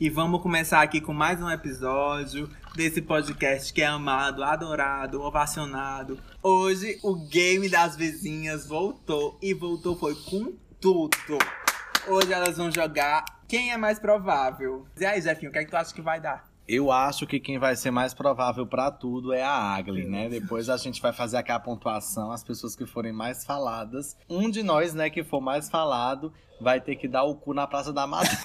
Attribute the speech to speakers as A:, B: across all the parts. A: E vamos começar aqui com mais um episódio desse podcast que é amado, adorado, ovacionado. Hoje o game das vizinhas voltou e voltou foi com tudo. Hoje elas vão jogar quem é mais provável. E aí, Jefinho, o que é que tu acha que vai dar?
B: Eu acho que quem vai ser mais provável pra tudo é a Agli, né? Depois a gente vai fazer aqui a pontuação, as pessoas que forem mais faladas. Um de nós, né, que for mais falado, vai ter que dar o cu na Praça da Madeira.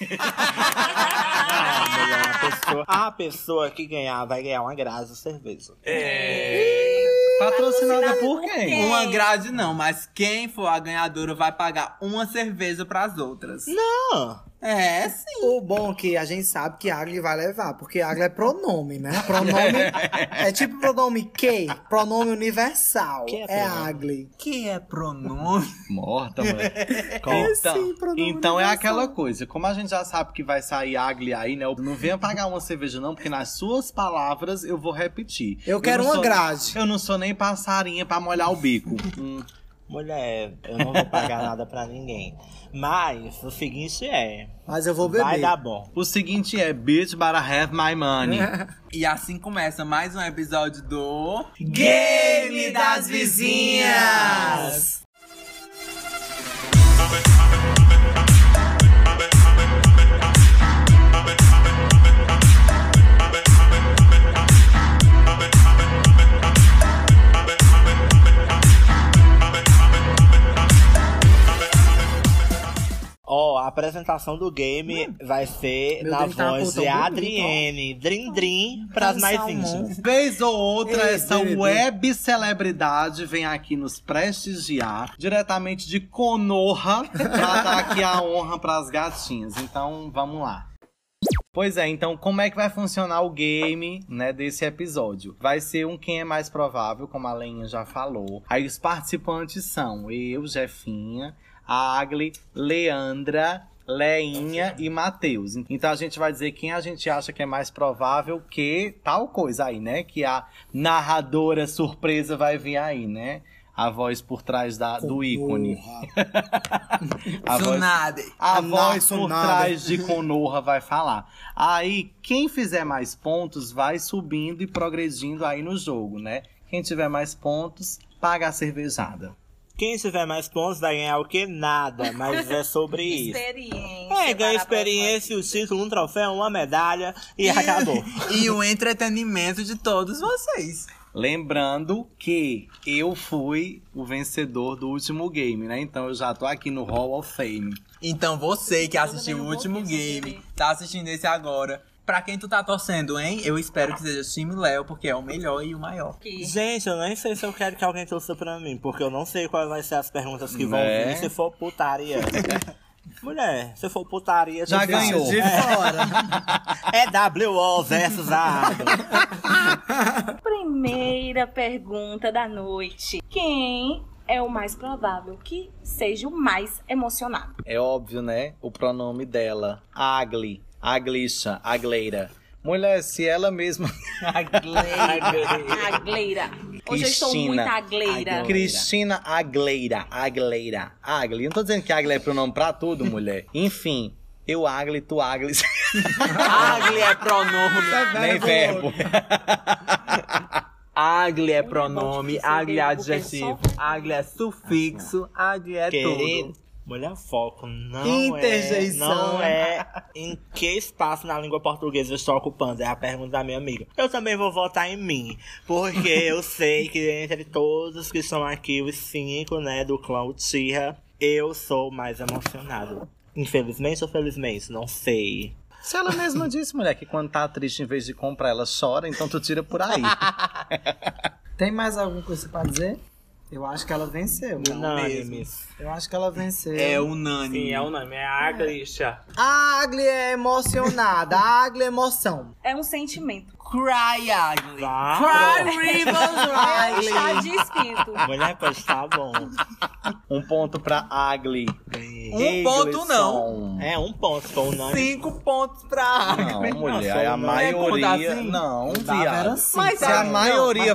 C: Ah, mulher, a pessoa, a pessoa que ganhar vai ganhar uma graça de cerveja.
B: Patrocinada por quem?
A: Uma grade não, mas quem for a ganhadora vai pagar uma cerveja pras outras.
C: Não!
A: É, sim.
D: O bom é que a gente sabe que Agli vai levar, porque Agli é pronome, né? Pronome é tipo pronome que, pronome universal.
C: Que é
D: é
C: pronome?
D: Agli.
A: Que é pronome?
B: Morta, mulher.
D: É
B: Corta.
D: sim, pronome
B: Então é
D: universal.
B: aquela coisa, como a gente já sabe que vai sair Agli aí, né? Não venha pagar uma cerveja, não, porque nas suas palavras eu vou repetir.
D: Eu quero
B: não
D: uma
B: sou-
D: grade.
B: Eu não sou nem passarinha pra molhar o bico. Hum.
C: Mulher, eu não vou pagar nada pra ninguém. Mas o seguinte é:
D: Mas eu vou beber.
C: vai dar bom.
B: O seguinte é, bitch, para have my money.
A: E assim começa mais um episódio do
D: Game das Vizinhas!
C: Ó, a apresentação do game vai ser
D: Hum. Meu
C: na
D: Deus, tá
C: voz
D: com
C: de
D: tão bonito, ó.
C: Adriene. Drim Drim pras
D: Dançar
C: mais
D: um
C: íntimas.
B: Vez ou outra,
D: Ei,
B: essa
D: bebê.
B: web celebridade vem aqui nos prestigiar, diretamente de Conorra, pra dar aqui a honra pras gatinhas. Então, vamos lá. Pois é, então como é que vai funcionar o game, né, desse episódio? Vai ser um quem é mais provável, como a Leinha já falou. Aí os participantes são eu, Jefinha, a Agli, Leandra, Leinha e Matheus. Então a gente vai dizer quem a gente acha que é mais provável que tal coisa aí, né? Que a narradora surpresa vai vir aí, né? A voz por trás da- do ícone. A voz
A: Tsunade.
B: a
D: Ah,
B: voz
D: nossa,
B: por
D: nada.
B: trás de Konoha vai falar. Aí, quem fizer mais pontos vai subindo e progredindo aí no jogo, né? Quem tiver mais pontos, paga a cervejada.
C: Quem tiver mais pontos vai ganhar o que? Nada. Mas é sobre isso.
E: Experiência.
C: É,
E: para
C: ganha experiência, o título, um troféu, uma medalha e acabou.
A: E o entretenimento de todos vocês.
B: Lembrando que eu fui o vencedor do último game, né? Então eu já tô aqui no Hall of Fame.
A: Então você que assistiu
E: também
A: o
E: não
A: último
E: vou querer
A: game,
E: saber.
A: tá assistindo esse agora. Pra quem tu tá torcendo, hein? Eu espero que seja time Léo, porque é o melhor e o maior.
E: Aqui.
C: Gente, eu nem sei se eu quero que alguém torça pra mim, porque eu não sei quais vão ser as perguntas que vão
B: Né?
C: vir se for putaria. Mulher, se for putaria,
B: Já
C: gente,
B: ganhou.
D: De fora.
C: É WO versus a Adam.
E: Primeira pergunta da noite. Quem é o mais provável que seja o mais emocionado?
B: É óbvio, né? O pronome dela. Agli, Aglisha, Agleira. Mulher, se ela mesma.
E: Agleira. Hoje eu estou
B: Cristina.
E: muito agleira.
B: Cristina Agleira. Agleira. Agli. Não tô dizendo que Agli é pronome pra tudo, mulher. Enfim, eu Agli, tu Agli.
A: Agli é pronome.
B: Nem verbo.
A: Agli é
E: bom
A: pronome,
E: que você
A: agli é
E: veio, porque
A: adjetivo,
E: só-
A: agli é sufixo, agli é
C: Querido.
A: tudo.
C: Mulher, foco. Não
D: Interjeição.
C: É, não é em que espaço na língua portuguesa eu estou ocupando. É a pergunta da minha amiga. Eu também vou votar em mim. Porque eu sei que entre todos que estão aqui, os cinco, né, do clã Uchiha, eu sou o mais emocionado. Infelizmente ou felizmente? Não sei.
B: Se ela mesma disse, mulher, que quando tá triste, em vez de comprar, ela chora, então tu tira por aí.
D: Tem mais alguma coisa pra dizer? Eu acho que ela venceu. então.
C: Unânimes.
D: Eu acho que ela venceu.
A: É unânime.
C: nome, é a Grisha.
D: A Agli é emocionada. A Agli é emoção.
E: É um sentimento.
A: Cry Agli.
C: Claro.
E: É um estado de espírito.
C: Mulher, pois tá bom.
B: Um ponto pra Agli.
A: Um ponto não.
B: Eglisson.
C: É um ponto com o nome.
A: Cinco pontos pra Agli.
B: Não, mulher,
C: Nossa,
B: a
C: não
A: é contar
B: maioria.
A: assim?
B: Não,
D: dá, era
B: viado.
D: assim.
A: Mas
B: Se
A: aí,
B: a
A: não,
B: maioria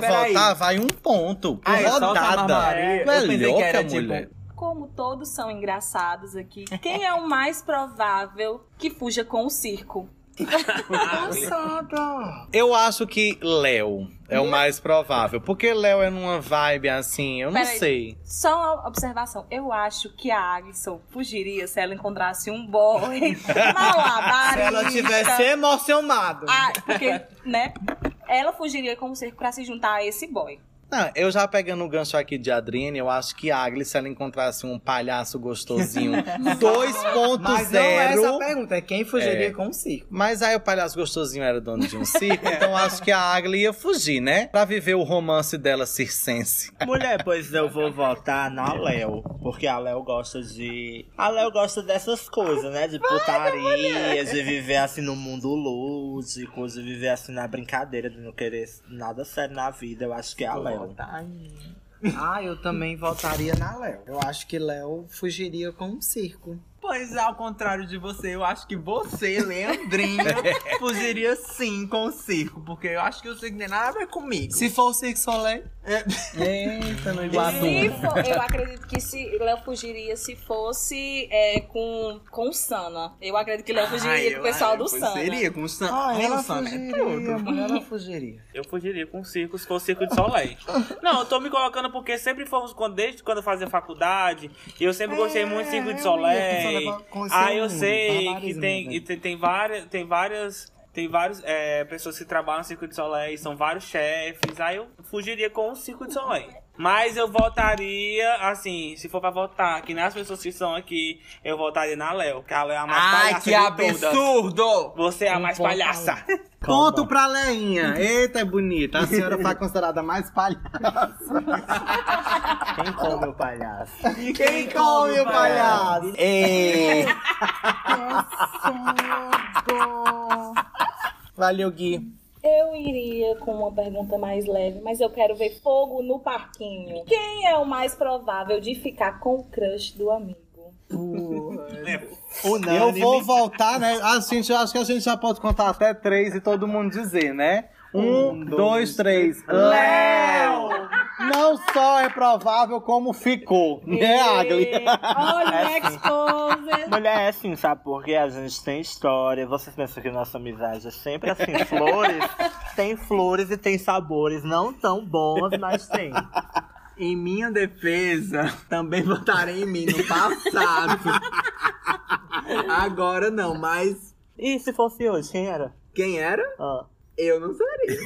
A: mas peraí.
B: voltar, vai um ponto. Por
A: Ah, é só essa
B: rodada.
A: barbaria.
B: Tu é
A: Eu pensei que
B: louca,
A: era, tipo,
B: mulher.
E: Como todos são engraçados aqui, quem é o mais provável que fuja com o circo?
C: Passada.
B: Eu acho que Léo é
A: Hum?
B: o mais provável. Porque Léo é numa vibe assim, eu não
E: Peraí.
B: sei.
E: Só uma observação. Eu acho que a Alison fugiria se ela encontrasse um boy malabarista.
D: Se ela tivesse emocionado.
E: Ah, porque, né? Ela fugiria com o circo pra se juntar a esse boy.
B: Não, eu já pegando o gancho aqui de Adriane, eu acho que Agli, se ela encontrasse um palhaço gostosinho 2.0.
D: Mas não é essa a pergunta, é quem fugiria com o circo.
B: Mas aí o palhaço gostosinho era dono de um circo, então acho que a Agli ia fugir, né? Pra viver o romance dela circense.
C: Mulher, pois eu vou votar na Léo. Porque a Léo gosta de. A Léo gosta dessas coisas, né? De putaria, de viver assim no mundo lúdico, de viver assim na brincadeira, de não querer nada sério na vida. Eu acho
B: Tá
C: que é a Léo.
F: Tá
D: Ah, eu também votaria na Léo. Eu acho que Léo fugiria com um circo.
A: Pois ao contrário de você, eu acho que você, Leandrinho, fugiria sim com o circo. Porque eu acho que o circo não tem nada a ver comigo.
B: Se for o Cirque Soleil. Eita, não
E: Se
B: Iguatu.
E: for, eu acredito que se Léo fugiria se fosse é, com, com o Sana. Eu acredito que Léo
A: Ai,
E: fugiria
A: Ah, eu-
E: com o pessoal
A: ai,
E: do né?
A: eu
E: Sana.
A: Fugiria com o Sam.
D: Ah,
A: Nem o
D: ela
B: né?
A: Sam, é
D: fugiria,
A: tudo.
D: mulher, ela fugiria.
F: Eu fugiria com o circo se fosse o circo de Soleil. Não, eu tô me colocando porque sempre fomos, quando- desde quando eu fazia faculdade, eu sempre gostei
B: É,
F: muito do
C: É,
F: circo de Soleil.
C: um
F: Ah, eu sei que tem, e tem, tem várias. Tem várias. Tem várias pessoas que trabalham no Circo de Soleil, são vários chefes. Aí eu fugiria com o Circo de Soleil. Mas eu votaria, assim, se for pra votar, que nas pessoas que estão aqui, eu votaria na Léo, que a Léo é a mais
A: Ai,
F: palhaça
A: que
F: de todas.
A: absurdo!
F: Você é a mais palhaça.
B: Ponto pra Leinha. Eita, é bonita. A senhora foi considerada mais palhaça.
C: Quem come o palhaço?
A: E
B: Quem come o palhaço? É. Ei. Valeu, Gui.
E: Eu iria com uma pergunta mais leve, mas eu quero ver fogo no parquinho. Quem é o mais provável de ficar com o crush do amigo?
B: Eu vou voltar, né? A gente, eu acho que a gente já pode contar até três e todo mundo dizer, né? Um, dois, três. Léo! Não só é provável como ficou,
A: É,
B: né, Agli?
E: Ei, Olha o
A: assim.
E: exposer.
C: Mulher é assim, sabe? Porque a gente tem história. Vocês pensam que nossa amizade é sempre assim, flores? Tem flores e tem sabores não tão bons, mas tem.
A: Em minha defesa, também votaram em mim no passado. Agora não, mas
C: E se fosse hoje, quem era?
A: quem era?
C: Ah,
A: Eu não saberia.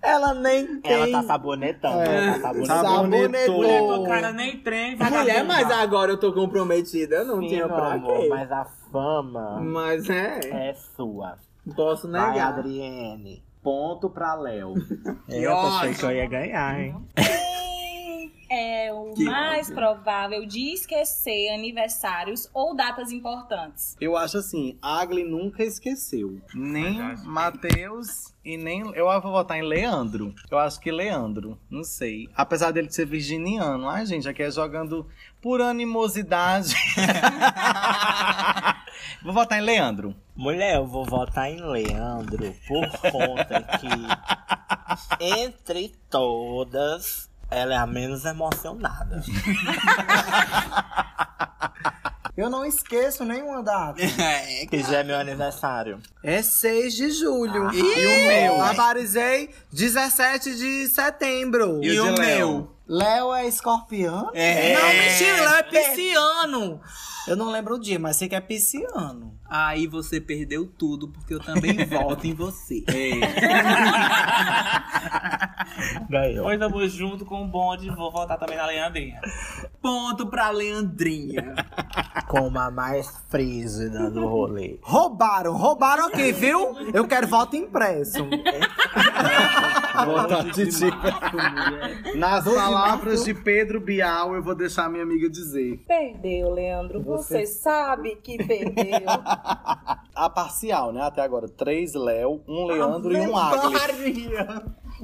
D: Ela nem tem.
C: ela tá sabonetando, ela tá sabonetando.
F: Mulher,
B: Sabonetou.
F: o cara nem trem,
A: Mulher,
F: vagabunda.
A: mas agora eu tô comprometida, eu não
C: Sim,
A: tinha
C: é, meu
A: pra
C: amor, Hum.
A: quê.
C: mas a fama
A: Mas é,
C: é sua.
A: posso
C: Vai,
A: negar.
C: Adriene.
B: Ponto pra Léo.
A: Que
C: É, eu pensei
A: ódio.
C: que eu ia ganhar, hein?
E: Quem é o
A: Que
E: mais
A: ódio.
E: provável de esquecer aniversários ou datas importantes?
B: Eu acho assim, Agli nunca esqueceu. Nem Matheus e nem. Eu vou votar em Leandro. Eu acho que Leandro, não sei. Apesar dele ser virginiano, ai gente, aqui é jogando por animosidade. vou votar em Leandro.
C: Mulher, eu vou votar em Leandro por conta que entre todas ela é a menos emocionada.
D: Eu não esqueço nenhuma data.
A: É,
C: Que já é meu aniversário.
D: É 6 de julho.
A: E o
D: Eu
A: meu?
D: labarizei 17 de setembro.
A: E, o meu?
D: Léo é escorpião?
A: É.
D: Não, mentira, Léo é pisciano. Eu não lembro o dia, mas sei que é pisciano.
A: Aí você perdeu tudo, porque eu também voto em você. É,
C: Ganhou.
F: Pois vamos junto com o bonde, vou votar também na Leandrinha.
A: Ponto pra Leandrinha.
C: Como a mais frígida do rolê.
D: Roubaram, roubaram aqui, viu? Eu quero voto impresso.
B: Votar Titi. Nas palavras de Pedro Bial, eu vou deixar minha amiga dizer.
E: Perdeu, Leandro. Você, sabe que perdeu.
B: A parcial, né? Até agora, três Léo, um Leandro e um Agli.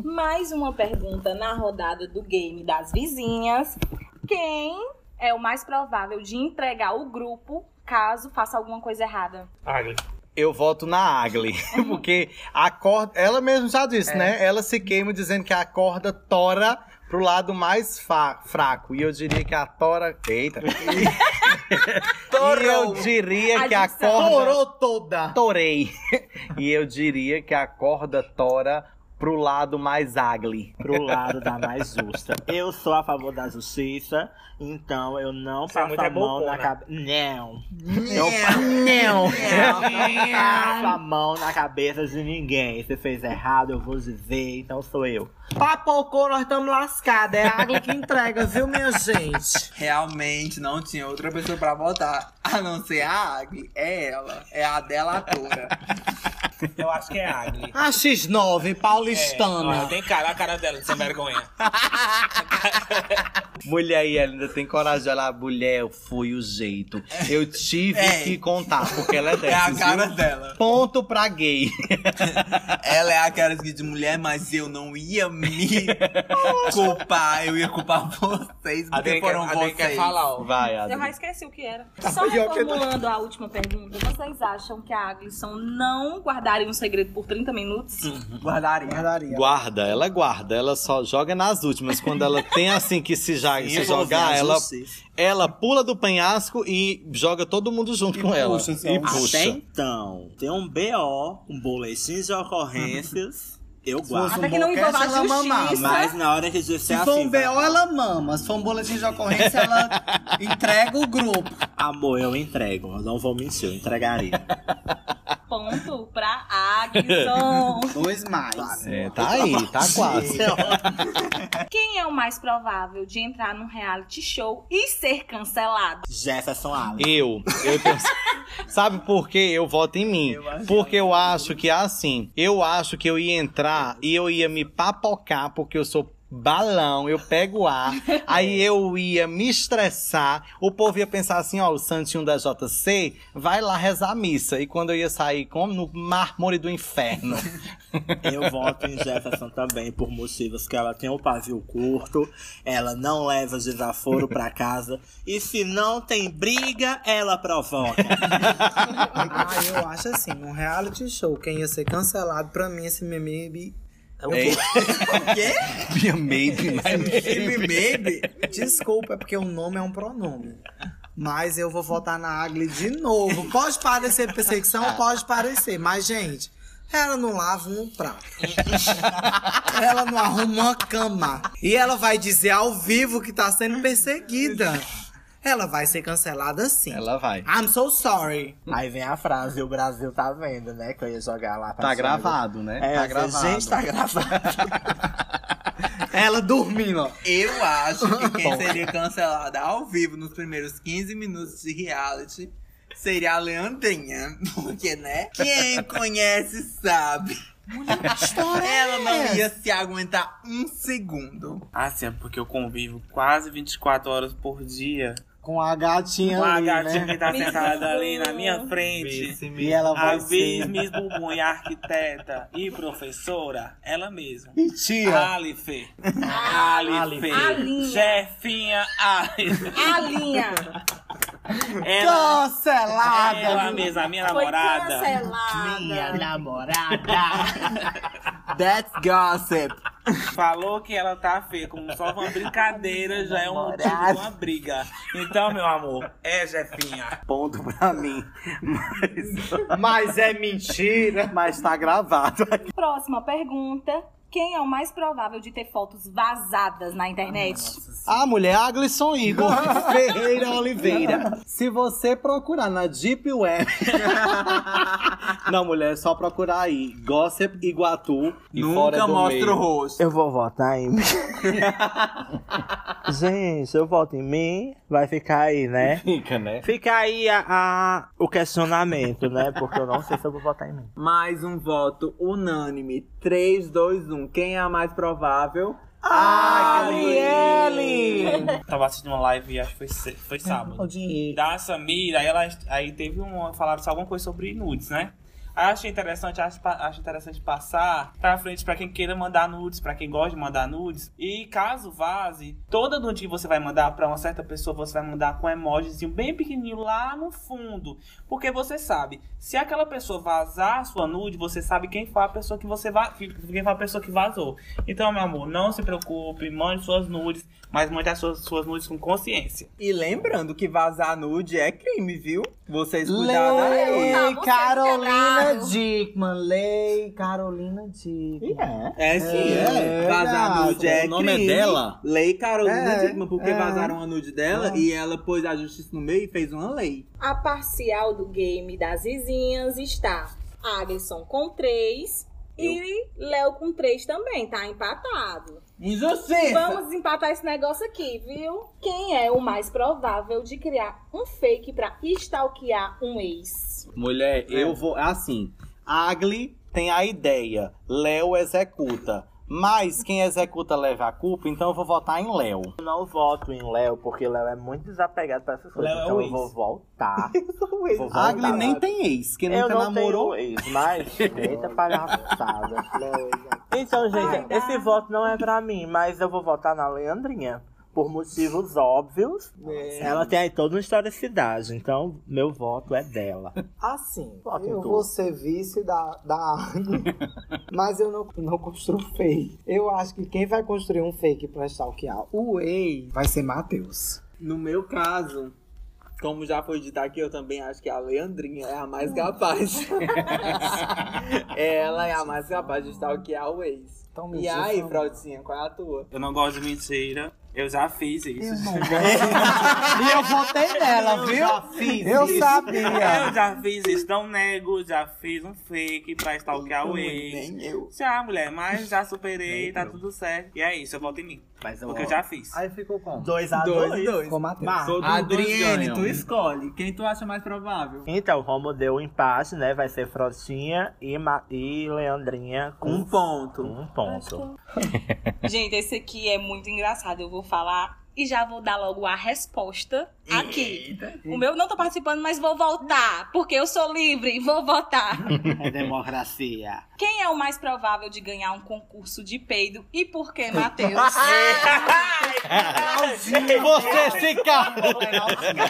E: Mais uma pergunta na rodada do game das vizinhas. Quem é o mais provável de entregar o grupo caso faça alguma coisa errada?
F: Agli.
B: Eu voto na Agli, porque a corda. Ela mesmo já disse, né? Ela se queima dizendo que a corda tora pro lado mais fa- fraco. E eu diria que a tora. Eita! e eu diria
E: A
B: que a
E: dicção.
B: corda.
D: Torou toda.
B: Torei. e eu diria que a corda tora pro lado mais ugly.
C: pro lado da mais justa. Eu sou a favor da justiça, então eu não
F: Você é
C: passo
F: muito
C: a mão na
F: bocona.
C: cabeça. Não.
B: Não!
C: Não passo a mão na cabeça de ninguém. Se fez errado, eu vou dizer, então sou eu.
D: Papocou, nós estamos lascados. É a água que entrega, viu, minha gente?
A: Realmente não tinha outra pessoa pra votar. A não ser a Agli. É ela. É a delatora.
F: Eu acho que é Agni.
D: A
B: É,
D: X9, paulistana.
F: tem cara, a cara dela, sem vergonha.
B: Mulher aí, ela ainda tem coragem de olhar. Mulher, foi o jeito. Eu tive
A: É.
B: que contar, porque ela é
A: É a
B: dessas.
A: cara
B: viu?
A: dela.
B: Ponto pra gay.
A: Ela é a cara de mulher, mas eu não ia me culpar. Eu ia culpar vocês,
F: A
A: porque
F: Adem
A: foram
F: quer,
A: vocês.
F: falar, ó.
B: Vai,
E: Eu já
B: Adri.
E: esqueci o que era. Só reformulando a última pergunta, vocês acham que a Aglisson não guardaria um segredo por 30 minutos?
A: Guardaria.
D: Guardaria.
B: Guarda, ela guarda, ela só joga nas últimas. Quando ela tem assim que se, já, se jogar, ela, ela pula do penhasco e joga todo mundo junto com ela. E Ah,
C: Até
B: puxa.
C: então, tem um BO, um boletim de ocorrências, eu guardo.
E: Até que não envolva a
D: Ela mamava,
E: justiça.
C: Mas na hora que dizer
D: Se
C: assim,
D: for um BO,
C: vai-
D: ela mama. Se for um boletim de ocorrência, ela entrega o grupo.
C: amor, eu entrego. Eu não vou mentir, eu entregaria.
E: Ponto pra Aglisson.
D: Dois mais.
B: É, tá aí, tá quase.
E: Quem é o mais provável de entrar num reality show e ser cancelado?
C: Jefferson Allen.
B: Eu, eu tenho- Sabe por que eu voto em mim? Porque eu acho que assim, eu acho que eu ia entrar e eu ia me papocar porque eu sou balão, eu pego ar, aí eu ia me estressar, o povo ia pensar assim, ó, o santinho da JC vai lá rezar a missa, e quando eu ia sair como no mármore do inferno.
C: Eu voto em Jefferson também, por motivos que ela tem um pavio curto, ela não leva desaforo pra casa, e se não tem briga, ela provoca.
D: Ah, eu acho assim, num reality show, quem ia ser cancelado, pra mim, esse meme...
C: É
B: Ei,
A: O quê?
B: minha maybe, my
A: Baby,
B: maybe.
A: baby.
D: Desculpa, é porque o nome é um pronome. Mas eu vou votar na Agli de novo. Pode parecer perseguição, pode parecer. Mas, gente, ela não lava um prato. ela não arruma uma cama. E ela vai dizer ao vivo que tá sendo perseguida. Ela vai ser cancelada sim.
B: Ela vai. Tá
D: I'm so sorry.
C: Aí vem a frase, o Brasil tá vendo, né? Que eu ia jogar lá pra
B: Tá
C: cima.
B: gravado, né?
C: É,
B: tá
C: eu falei,
B: gravado.
C: Gente, tá gravado.
D: Ela dormindo. ó.
A: Eu acho que quem seria cancelada ao vivo nos primeiros 15 minutos de reality seria a Leandrinha. Porque, né? Quem conhece sabe. Ela não ia se aguentar um segundo.
F: Assim, é porque eu convivo quase 24 horas por dia
D: Com a gatinha
F: com a
D: ali,
F: gatinha que
D: né?
F: tá
E: Me
F: sentada
E: desculpa.
F: ali na minha frente.
D: E ela
F: A
D: vai ser...
F: Viz Miss Bumbum e a arquiteta e professora, ela mesma.
D: Mentira.
F: Alife. Alife.
E: Alinha.
F: Jefinha Ah, Alife.
E: A linha
F: Ela, ela
D: Cancelada.
F: mesma, a minha
E: foi
F: namorada.
E: cancelada.
A: That's gossip.
F: Falou que ela tá feia, como só uma brincadeira, já é um motivo de uma briga. Então, meu amor, é Jefinha.
B: ponto pra mim. Mas, é mentira. Mas tá gravado.
E: Próxima pergunta. Quem é o mais provável de ter fotos vazadas na internet?
B: A mulher Aglisson Igor Ferreira Oliveira. Se você procurar na Deep Web. Não, mulher, é só procurar aí. Gossip Iguatu. E fora
A: Nunca
B: do
A: mostra o
B: meio.
A: rosto.
C: Eu vou votar em mim. Gente, eu voto em mim, vai ficar aí, né?
B: Fica, né?
C: Fica aí a- a- o questionamento, né? Porque eu não sei se eu vou votar em mim.
A: Mais um voto unânime. 3, 2, 1. Quem é a mais provável?
C: Ah,
B: Arielle!
F: Tava assistindo uma live, acho que foi, sá- foi sábado.
D: O dinheiro.
F: um, da Samira, aí, ela, aí teve uma. Falaram só alguma coisa sobre nudes, né? Acho interessante, acho, pa- acho interessante passar pra frente pra quem queira mandar nudes, pra quem gosta de mandar nudes. E caso vaze, toda nude que você vai mandar pra uma certa pessoa, você vai mandar com um emojizinho bem pequenininho lá no fundo. Porque você sabe, se aquela pessoa vazar a sua nude, você sabe quem foi a pessoa que você va que- quem foi a pessoa que vazou. Então, meu amor, não se preocupe, mande suas nudes, mas mande as suas, suas nudes com consciência.
A: E lembrando que vazar nude é crime, viu? Vocês cuidaram da lei.
E: Lei.
D: Lei
E: Não, você
D: Carolina
E: quebrado.
D: Dickman. Lei Carolina Dickman.
A: É sim,
B: É,
A: vazar
D: é,
A: nude é
B: o nome é
A: crime.
B: dela?
A: Lei Carolina
D: É,
A: Dickman, porque
D: é.
A: vazaram a nude dela e ela pôs a justiça no meio e fez uma lei.
E: A parcial do game das vizinhas está Alisson com 3 e Léo com 3 também, tá empatado.
A: Injustiça!
E: Vamos empatar esse negócio aqui, viu? Quem é o mais provável de criar um fake pra stalkear um ex?
B: Mulher, eu vou. Assim, Agli tem a ideia, Léo executa. Mas quem executa leva a culpa, então eu vou votar em Léo.
C: Eu não voto em Léo, porque Léo é muito desapegado pra essas coisas.
F: Léo é
C: então
F: o
C: eu vou
F: ex.
C: voltar. vou voltar.
B: Agli nem tem ex, que
C: eu
B: nunca
C: não
B: namorou.
C: tenho ex, mas... Eita palhaçada. Léo é- então, gente,
E: Ai,
C: esse
E: dá.
C: voto não é pra mim, mas eu vou votar na Leandrinha. Por motivos óbvios. Ela tem aí toda uma história de cidade, então meu voto é dela.
D: Assim,
C: Voto em
D: eu
C: tu.
D: vou ser vice da, da água, mas eu não, não construo fake. Eu acho que quem vai construir um fake pra stalkear o ex vai ser Matheus.
A: No meu caso, como já foi dito aqui, eu também acho que a Leandrinha é a mais capaz. Ela é a mais capaz de stalkear o ex.
D: Então, me
A: E
D: diz,
A: aí,
D: amor.
A: Fraldinha, qual é a tua?
F: Eu não gosto de mentira. Eu já fiz isso.
D: E eu votei nela,
B: Eu
D: viu?
B: já fiz
D: eu
B: isso.
D: sabia.
B: é?
F: Eu já fiz isso, não nego, já fiz um fake pra stalkear o ex.
A: Nem eu.
F: Já, mulher, mas já superei, tá tudo certo. E é isso, eu volto em mim.
B: Mas
F: Porque eu já fiz.
B: Aí ficou como?
C: 2x2.
A: Dois, dois.
D: Com Matheus.
A: Mas,
B: Todo mundo
A: Adriane,
B: ganha.
A: tu escolhe. Quem tu acha mais provável?
C: Então, Romo deu um empate, né? Vai ser Frotinha e, Ma- e Leandrinha com
A: Um ponto.
C: um ponto.
E: Gente, esse aqui é muito engraçado. Eu vou falar e já vou dar logo a resposta aqui. O meu não tô participando, mas vou voltar, porque eu sou livre, vou votar.
B: É democracia.
E: Quem é o mais provável de ganhar um concurso de peido e por que, Matheus?
B: Você se calma.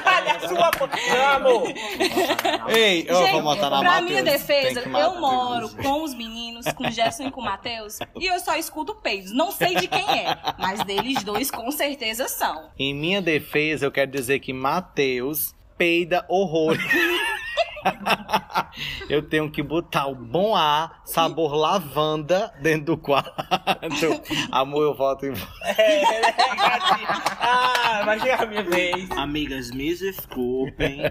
F: Olha a sua Vamos!
B: Ei, eu vou botar na
E: pra
B: Matheus.
E: minha
B: Tem
E: defesa,
B: que matar
E: eu moro
B: Deus.
E: com os meninos, com o Gerson e com o Matheus, e eu só escuto peidos. Não sei de quem é, mas deles dois com certeza são.
B: Em minha defesa, eu quero dizer que Matheus peida horror. eu tenho que botar o bom ar, sabor lavanda, dentro do quarto. Amor, eu voto em você.
F: Ah, vai chegar a minha vez.
C: Amigas, me desculpem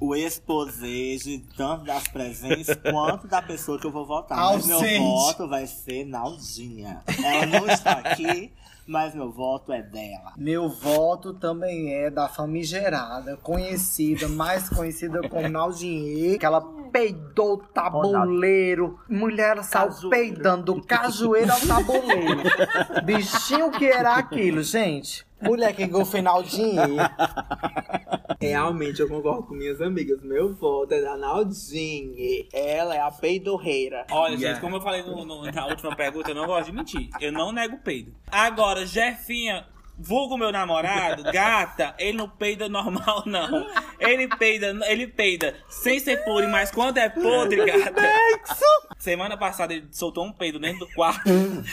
C: o exposage tanto das presenças quanto da pessoa que eu vou votar. Mas
B: Ausente.
C: meu voto vai ser Naldinha. Ela não está aqui, mas meu voto é dela.
D: Meu voto também é da famigerada, conhecida, mais conhecida como Naldinhe, que ela peidou o tabuleiro. Mulher ela saiu peidando do cajueiro ao tabuleiro. Bichinho que era aquilo, gente. Mulher que gol Naldinhe.
A: Realmente, eu concordo com minhas amigas. Meu voto é da Naldinha. Ela é a peidorreira.
F: Olha, gente, como eu falei no- no- na última pergunta, eu não gosto de mentir. Eu não nego peido. Agora, Jefinha, vulgo meu namorado, gata, ele não peida normal, não. Ele peida, ele peida sem ser podre, mas quando é podre, gata. Semana passada ele soltou um peido dentro do quarto.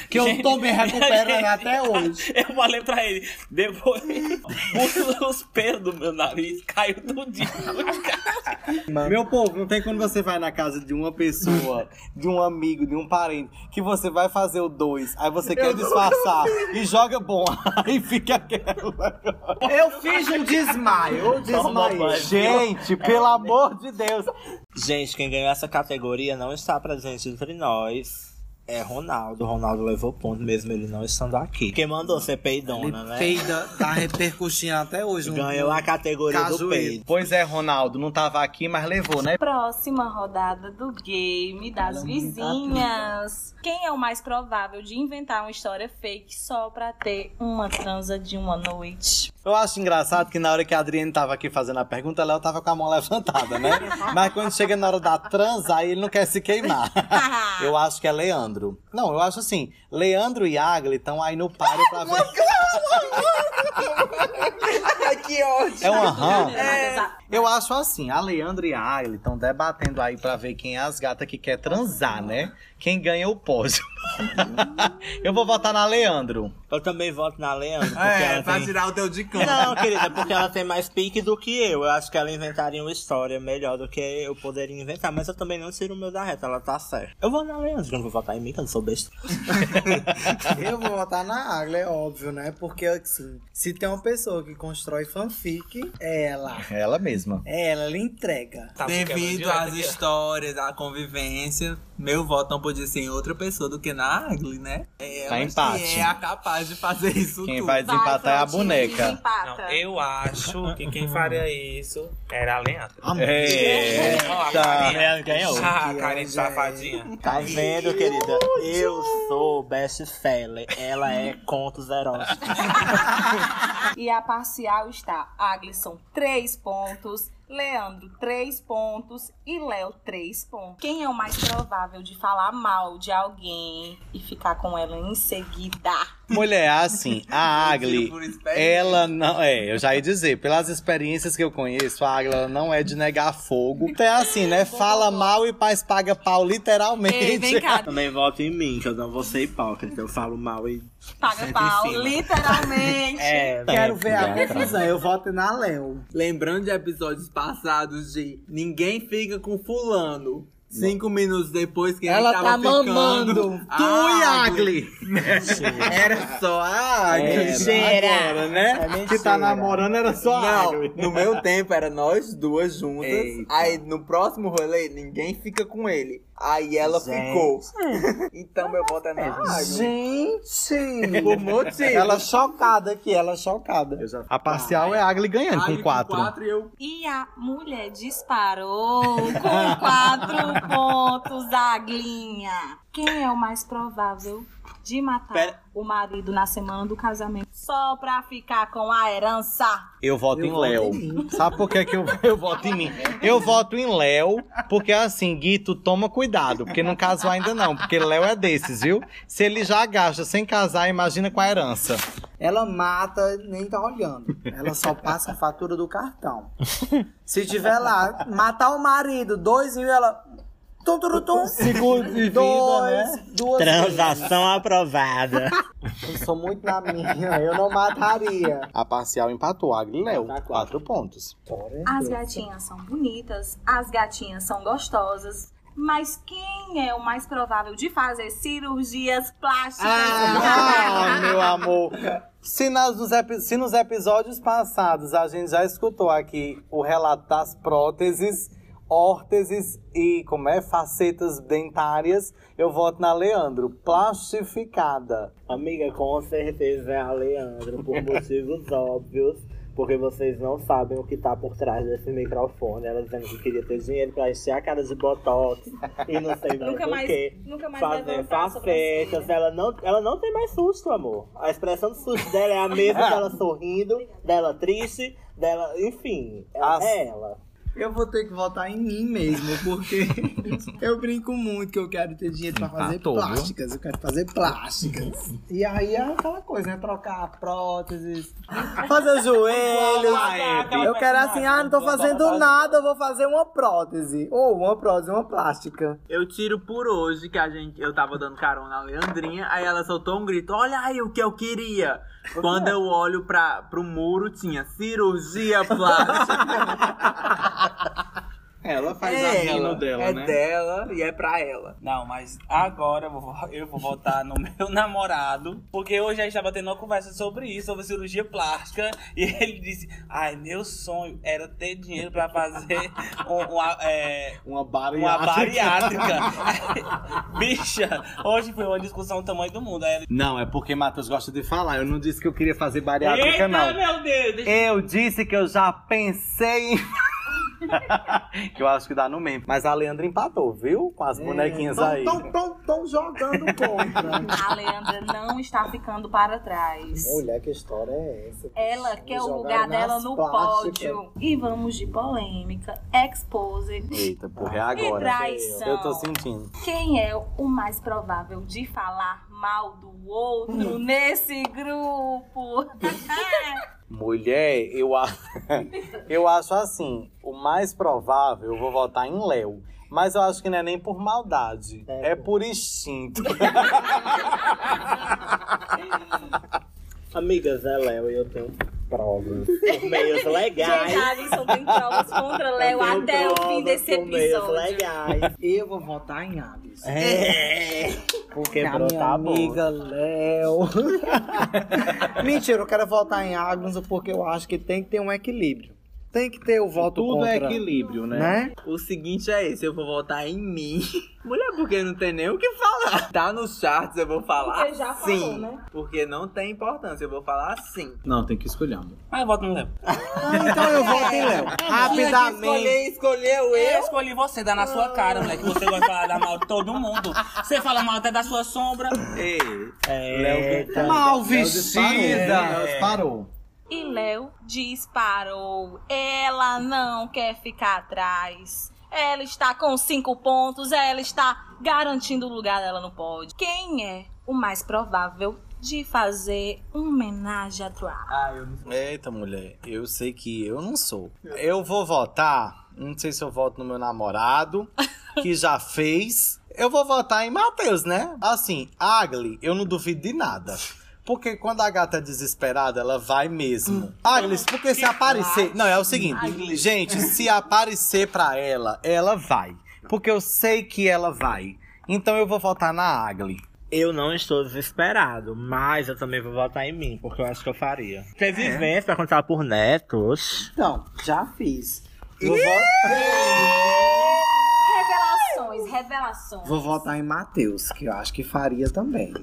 D: Que é um eu tô me recuperando É, até hoje.
F: Eu falei pra ele, depois os, os pelos do meu nariz caiu tudinho.
B: Meu povo, não tem quando você vai na casa de uma pessoa, de um amigo, de um parente, que você vai fazer o dois, aí você quer disfarçar e joga bom ar e fica aquela.
D: Eu fiz um desmaio, eu desmaiei.
B: Gente, pelo amor de Deus.
C: Gente, quem ganhou essa categoria não está presente entre nós. É Ronaldo. Ronaldo levou ponto mesmo ele não estando aqui. Quem mandou ser peidona, né?
D: Peida tá repercutindo até hoje.
C: Ganhou a categoria do
D: Cajueiro.
C: peido.
B: Pois é, Ronaldo, não tava aqui, mas levou, né?
E: Próxima rodada do game das vizinhas. Quem é o mais provável de inventar uma história fake só pra ter uma transa de uma noite?
B: Eu acho engraçado que na hora que a Adriane tava aqui fazendo a pergunta, Léo tava com a mão levantada, né? Mas quando chega na hora da transa, aí ele não quer se queimar. Eu acho que é Leandro. Não, eu acho assim, Leandro e Agli estão aí no páreo pra ver.
C: que ódio.
B: É um aham.
E: É.
B: Eu acho assim, a Leandra e a Agli estão debatendo aí pra ver quem é as gatas que quer transar, né? Quem ganha o pódio. Eu vou votar na Leandro.
C: Eu também voto na Leandro, porque
A: É,
C: ela
A: pra
C: tem...
A: tirar o teu de canto.
C: Não, querida, porque ela tem mais pique do que eu. Eu acho que ela inventaria uma história melhor do que eu poderia inventar, mas eu também não tiro o meu da reta, ela tá certa. Eu vou na Leandro, não vou votar em mim, que eu não sou besta.
D: Eu vou votar na Agla, é óbvio, né? Porque, assim, se tem uma pessoa que constrói fanfic, é ela.
B: É Ela mesma.
D: É ela, ela entrega.
A: Tá
B: tá
A: Devido às histórias, à convivência, meu voto não podia ser em outra pessoa do que na Agli, né? É,
B: Tá
A: ela
B: empate.
A: que é capaz de fazer isso
B: Quem
A: tudo.
B: vai desempatar é a
E: Flaudinho,
B: boneca.
E: desempata.
F: Não, eu acho que quem faria isso era a Leandro.
B: É. Eita!
C: Leandro ganhou.
F: Ah,
D: que é,
F: carinha de
D: ódio,
F: safadinha.
C: Tá vendo, querida? Eu sou best seller. Ela é contos eróticos.
E: E a parcial está Aglisson 3 pontos, Leandro 3 pontos e Léo 3 pontos. Quem é o mais provável de falar mal de alguém e ficar com ela em seguida?
B: Mulher, assim, a Agli,
A: Por experiência.
B: ela não. É, eu já ia dizer, pelas experiências que eu conheço, a Agli ela não é de negar fogo. Então É assim, né? Fala mal e paz paga pau, literalmente.
E: Ei, vem cá,
C: Também voto em mim, que eu não vou ser hipócrita. Eu falo mal e.
E: paga
C: Senta em
E: pau,
C: cima.
E: literalmente.
C: É,
D: Quero ver a confusão. Eu voto na Léo.
A: Lembrando de episódios passados de Ninguém Fica com Fulano. Cinco minutos depois que
D: Ela
A: ele
D: tá
A: tava ficando,
D: mamando.
A: a
B: Tu e
A: Ah, Agli.
B: Agli!
E: é
A: Era só a Agli.
B: Era, agora,
C: É
B: né?
C: mentira.
B: que tá namorando era só
A: Não,
B: Agli.
A: no meu tempo era nós duas juntas.
B: Eita.
A: Aí no próximo rolê, ninguém fica com ele. Aí ela
C: Gente.
A: ficou. então meu voto é na Agli.
D: Gente!
A: Por motivo.
D: ela chocada aqui, ela chocada.
B: A parcial é Agli ganhando
A: Agli
B: com 4.
A: e eu.
E: E a mulher disparou com quatro pontos da aglinha. Quem é o mais provável de matar
C: Pera.
E: o marido na semana do casamento só pra ficar com a herança?
B: Eu voto
D: Eu
B: em
D: voto em
B: Léo. Sabe por que, que eu, eu voto em mim? Eu voto em Léo, porque assim, Guito, toma cuidado, porque não casou ainda não, porque Léo é desses, viu? Se ele já gasta sem casar, imagina com a herança.
D: Ela mata, nem tá olhando. Ela só passa a fatura do cartão. Se tiver lá, matar o marido, dois mil, ela. Tum, tum, tum,
B: Seguro de vida,
D: dois,
B: né?
D: duas
C: Transação aprovada.
D: vezes. Eu sou muito na minha, eu não mataria.
B: A parcial empatou, Agri e Léo.
D: Tá, quatro.
B: Quatro pontos.
E: As gatinhas são bonitas, as gatinhas são gostosas. Mas quem é o mais provável de fazer cirurgias plásticas?
B: Ah, meu amor. Se, nas- nos epi- se nos episódios passados a gente já escutou aqui o relato das próteses, órteses e como é facetas dentárias, eu voto na Leandro, plastificada.
C: Amiga, com certeza é a Leandro, por motivos óbvios. Porque vocês não sabem o que tá por trás desse microfone. Ela dizendo que queria ter dinheiro pra encher a cara de botox e não sei mais
E: Nunca
C: o
E: mais,
C: quê.
E: nunca mais
C: Fazer
E: levantar a sobrancelha.
C: facetas, ela não, ela não tem mais susto, amor. A expressão de susto dela é a mesma dela sorrindo, dela triste, dela. Enfim, ela,
B: As-
C: é ela.
D: Eu vou ter que votar em mim mesmo, porque eu brinco muito que eu quero ter dinheiro pra fazer
B: Empatou, viu?
D: plásticas. Eu quero fazer plásticas. E aí é aquela coisa, né? Trocar próteses, fazer joelhos. Eu quero assim, ah, não tô fazendo nada, eu vou fazer uma prótese. Ou uma prótese, uma plástica.
A: Eu tiro por hoje que a gente, eu tava dando carona na Leandrinha, aí ela soltou um grito: Olha aí o que eu queria! Quando eu olho pra, pro muro, tinha cirurgia plástica.
B: Ela
A: ela, é
B: né?
A: dela e é pra ela.
F: né? Não, mas agora eu vou, eu vou votar no meu namorado, porque hoje a gente tava tendo uma conversa sobre isso, sobre cirurgia plástica, e ele disse: Ai, meu sonho era ter dinheiro pra fazer um- uma, é,
B: Uma
F: uma
B: bariátrica.
F: bariátrica. Bicha, hoje foi uma discussão do tamanho do mundo. Aí ele,
B: Não, é porque Matheus gosta de falar. Eu não disse que eu queria fazer bariátrica,
F: Eita,
B: não.
F: meu Deus! deixa-
B: Eu disse que eu já pensei em que eu acho que dá no mesmo. Mas a Leandra empatou, viu? Com as bonequinhas
D: então
B: aí.
D: Estão jogando contra.
E: A Leandra não está ficando para trás.
D: Mulher, que história é essa?
E: Ela quer o lugar dela no pódio. E vamos de polêmica, expose.
B: Eita, porra, é agora.
E: traição.
B: Eu tô sentindo.
E: Quem é o mais provável de falar mal do
C: Hum.
E: outro nesse grupo?
B: Mulher, eu, a... eu acho assim, o mais provável, eu vou votar em Léo. Mas eu acho que não é nem por maldade, é, por instinto.
C: Amigas, é Léo e eu tenho provas. Por meios legais.
E: Gente, a Alisson tem provas contra Léo
C: Eu tenho
E: até o fim
C: provas
E: desse
C: por meios
E: episódio.
C: legais.
D: Eu vou votar em Aves.
C: É. Porque
D: a
C: brotar
D: minha
C: tá
D: amiga Léo. Mentira, eu quero votar em Agnes porque eu acho que tem que ter um equilíbrio. Tem que ter o voto
B: Tudo
D: contra.
B: é equilíbrio, né?
D: né?
A: O seguinte é esse, eu vou votar em mim. Mulher, porque não tem nem o que falar. Tá nos charts, eu vou falar
E: Porque já falou,
A: sim.
E: né?
A: Porque não tem importância, eu vou falar assim. sim.
B: Não, tem que escolher. amor.
F: Ah, eu voto no Léo.
D: Ah, então eu voto em Léo. Rapidamente.
A: Escolher, escolheu
F: Eu
A: eu.
F: escolhi você, dá na sua cara, moleque. Você gosta de falar mal de todo mundo. Você fala mal até da sua sombra.
A: Ei,
C: Eita.
B: Mal
D: vestida.
B: vestida! É. Parou.
E: E Léo disparou. Ela não quer ficar atrás. Ela está com cinco pontos. Ela está garantindo o lugar dela no pódio. Quem é o mais provável de fazer uma homenagem a Troá?
B: Eita, mulher, eu sei que eu não sou. Eu vou votar, não sei se eu voto no meu namorado, que já fez. Eu vou votar em Matheus, né? Assim, Agli, eu não duvido de nada. Porque quando a gata é desesperada, ela vai mesmo. Agnes, porque se aparecer. Não, é o seguinte. Gente, se aparecer pra ela, ela vai. Porque eu sei que ela vai. Então eu vou votar na Agli.
C: Eu não estou desesperado, mas eu também vou votar em mim, porque eu acho que eu faria. Ter vivência pra contar por netos.
D: Então, já fiz. Vou, vo-
E: Revelações, revelações.
D: vou votar em Matheus, que eu acho que faria também.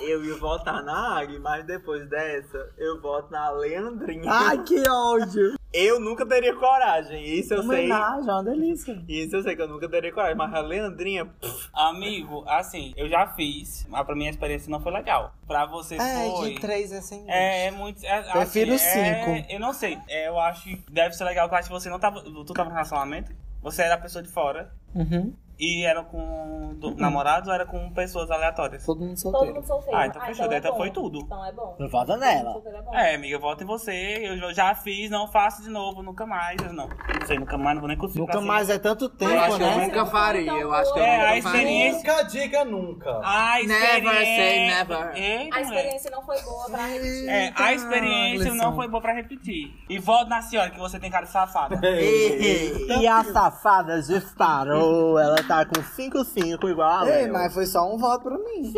A: eu ia votar na Agri, mas depois dessa, eu voto na Leandrinha.
D: Ai, que ódio.
A: Eu nunca teria coragem, isso eu
D: é
A: sei.
D: Homenagem, uma delícia.
A: Isso eu sei que eu nunca teria coragem, mas a Leandrinha, pff,
F: Amigo, assim, eu já fiz, mas pra minha experiência não foi legal. Pra você foi.
D: três é sem
F: É, é muito. É,
D: Prefiro
F: assim, é-
D: cinco.
F: eu não sei. É, eu acho que deve ser legal, porque eu acho que você não tava. Tu tava no relacionamento? Você era a pessoa de fora.
D: Uhum.
F: E era com do- namorados ou era com pessoas aleatórias?
D: Todo mundo
E: Todo
D: solteiro.
E: mundo solteiro.
F: Ah, então fechou,
A: tá
E: é
F: daí então
E: bom.
F: foi tudo.
E: Então é bom.
C: Não vota nela.
E: Solteiro é bom.
F: É, amiga, eu voto em você. Eu já- já fiz, não faço de novo, nunca mais. Eu não, não sei, nunca mais, não vou nem conseguir.
D: Nunca
F: pra
D: mais é tanto
A: eu
D: tempo,
A: acho que eu
D: né?
A: nunca faria. né? Eu acho que eu
F: É,
A: nunca
F: a
E: Então,
A: faria.
F: experiência-
B: Nunca diga nunca.
F: A experiência...
A: Never say never.
E: A
F: Eita, moleque.
A: é.
E: experiência não foi boa pra repetir.
F: É, a experiência
D: Gleison.
F: não foi boa pra repetir. E volta na senhora, que você tem cara de safada.
A: Ei,
C: E a safada disparou. Ela tá com 5-5 igual a
D: Ei,
C: Léo.
D: mas foi só um voto pra mim.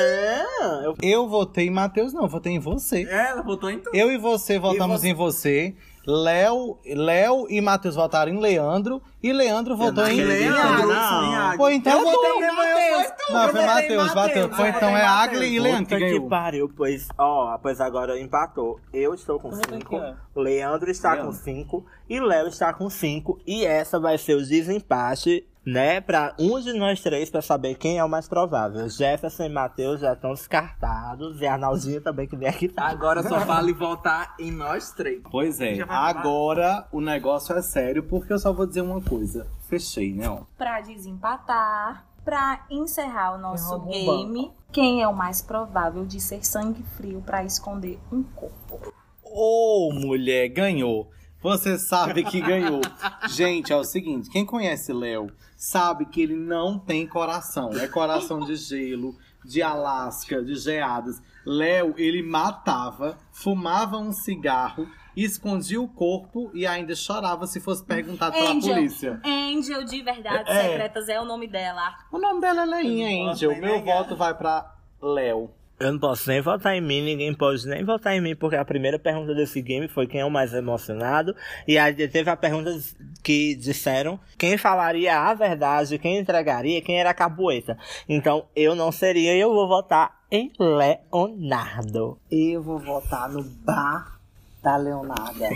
C: Não, eu
B: Eu votei em Matheus, não, eu votei em você.
A: Ela votou em tudo.
B: Eu e você votamos em você. Léo, Léo e Matheus votaram em Leandro. E Leandro votou em
A: Leandro,
B: Leandro.
A: sim, Agri.
B: Pô, então eu votei em
D: Matheus.
B: Não, foi Matheus,
D: bateu.
B: bateu. Foi então é Agli e Leandro que
C: Puta tá que
B: ganhou.
C: pariu, pois, ó, pois agora empatou. Eu estou com 5, Leandro está com 5 e Léo está com 5. E essa vai ser o desempate, né? Pra um de nós três pra saber quem é o mais provável. Jefferson e Matheus já estão descartados e a Arnaldinha também que vem aqui tá.
A: Agora só vale votar em nós três.
B: Pois é,
A: Já vai acabar?
B: agora o negócio é sério, porque eu só vou dizer uma coisa. Fechei, né? ó.
E: Pra desempatar, pra encerrar o nosso
D: Derruba um
E: game, quem é o mais provável de ser sangue frio pra esconder um corpo?
B: Ô, mulher, ganhou. Você sabe que ganhou. Gente, é o seguinte: quem conhece Léo sabe que ele não tem coração. É coração de gelo, de Alasca, de geadas. Léo, ele matava, fumava um cigarro, escondia o corpo e ainda chorava se fosse perguntado pela
E: Angel.
B: polícia.
E: Angel de Verdades
B: É.
E: Secretas é o nome dela.
B: O nome dela é
A: Eu
B: Leinha,
A: não
B: Angel.
A: posso
B: Meu
A: negar.
B: voto vai pra Léo.
C: Eu não posso nem votar em mim, ninguém pode nem votar em mim, porque a primeira pergunta desse game foi quem é o mais emocionado. E aí teve a pergunta que disseram quem falaria a verdade, quem entregaria, quem era a cabueta. Então eu não seria e eu vou votar em Leonardo.
D: Eu vou votar no Bar da Leonarda.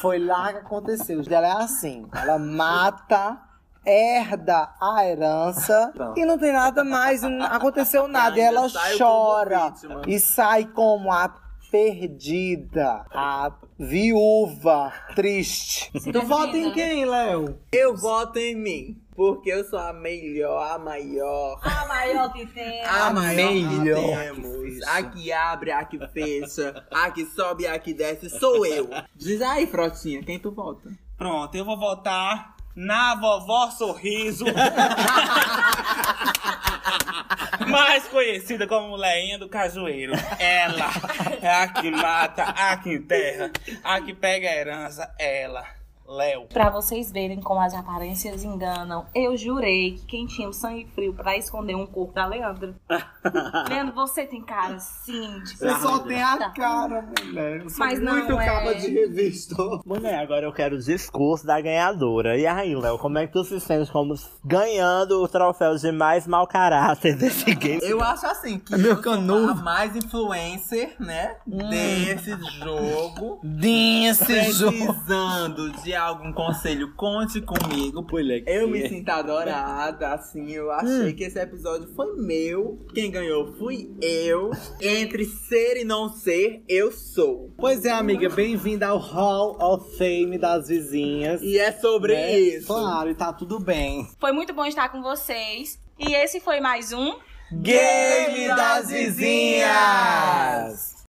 D: Foi lá que aconteceu. O dela é assim: ela mata, herda a herança e não tem nada mais, não aconteceu nada. E
A: Ainda
D: ela
A: saiu
D: chora
A: como vítima.
D: e sai como a perdida, a viúva triste. Tu vota em quem, Léo?
A: Eu voto em mim, porque eu sou a melhor, a maior.
E: A maior que tem.
A: É
D: Ah,
A: A,
D: melhor.
A: Temos. A que abre, a que fecha, a que sobe, a que desce, sou eu. Diz aí, Frotinha, quem tu vota?
F: Pronto, eu vou votar na vovó Sorriso. Mais conhecida como Leinha do Cajueiro. Ela é a que mata, a que enterra, a que pega a herança. Ela, Léo.
E: Pra vocês verem como as aparências enganam, eu jurei que quem tinha o sangue frio pra esconder um corpo da Leandro. Leandro, você tem cara assim de
D: Você só tem a
E: Tá.
D: cara, mulher. Eu sou
E: Mas não
D: muito
E: é.
D: capa de revista.
C: Mulher, né, agora eu quero o discurso da ganhadora. E aí, Léo, como é que tu se sente como ganhando o troféu de mais mau caráter desse game?
A: Eu acho assim que
D: É Meu
A: eu sou
D: canudo.
A: a mais influencer, né? Desse jogo.
D: Desse
A: Precisando de algum conselho, conte comigo. Eu me sinto adorada, assim. Eu achei que esse episódio foi meu. Quem ganhou fui eu. Entre ser e não ser, eu sou.
B: Pois é, amiga, bem-vinda ao Hall of Fame das vizinhas.
A: E é sobre
B: Né?
A: isso.
B: Claro, e tá tudo bem.
E: Foi muito bom estar com vocês. E esse foi mais um.
A: Game das Vizinhas!